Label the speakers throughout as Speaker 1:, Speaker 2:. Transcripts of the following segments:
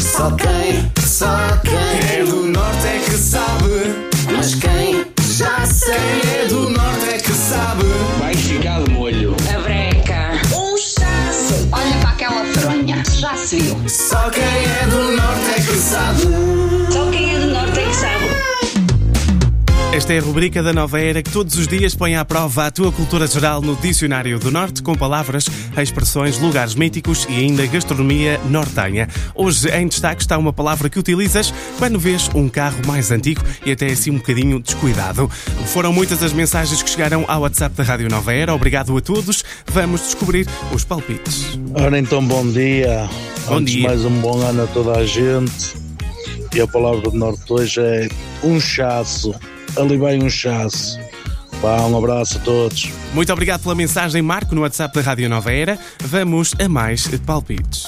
Speaker 1: Só quem, só quem
Speaker 2: É do norte é que sabe.
Speaker 1: Mas quem já sei
Speaker 2: É do norte é que sabe.
Speaker 3: Vai ficar de molho.
Speaker 4: A breca. Um chasso. Olha para aquela fronha. Já se viu.
Speaker 2: Só quem é do norte é que sabe.
Speaker 4: Só quem é do norte é que sabe.
Speaker 5: Esta é a rubrica da Nova Era que todos os dias põe à prova a tua cultura geral no Dicionário do Norte com palavras, expressões, lugares míticos e ainda gastronomia nortenha. Hoje em destaque está uma palavra que utilizas quando vês um carro mais antigo e até assim um bocadinho descuidado. Foram muitas as mensagens que chegaram ao WhatsApp da Rádio Nova Era. Obrigado a todos. Vamos descobrir os palpites.
Speaker 6: Ora então, bom dia.
Speaker 5: Bom
Speaker 6: Antes de
Speaker 5: dia.
Speaker 6: mais um bom ano a toda a gente. E a palavra do Norte hoje é um chasso. Ali vai um chasso. Pá, um abraço a todos.
Speaker 5: Muito obrigado pela mensagem, Marco, no WhatsApp da Rádio Nova Era. Vamos a mais palpites.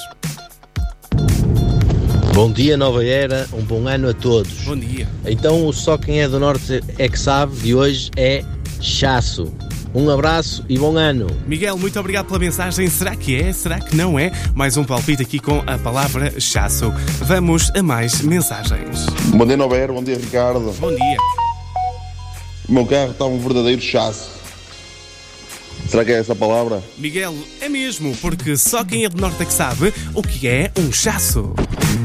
Speaker 7: Bom dia, Nova Era, um bom ano a todos.
Speaker 5: Bom dia.
Speaker 7: Então, o Só Quem É do Norte é que sabe de hoje é Chasso. Um abraço e bom ano.
Speaker 5: Miguel, muito obrigado pela mensagem. Será que é? Será que não é? Mais um palpite aqui com a palavra chasso. Vamos a mais mensagens.
Speaker 8: Bom dia, Nober, bom dia, Ricardo.
Speaker 5: Bom dia.
Speaker 8: O meu carro está um verdadeiro chasso. Será que é essa a palavra?
Speaker 5: Miguel, é mesmo, porque só quem é do norte é que sabe o que é um chasso.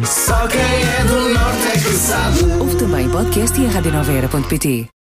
Speaker 2: Só quem é do norte é que sabe.
Speaker 9: Ouve também o podcast e a radionovaera.pt.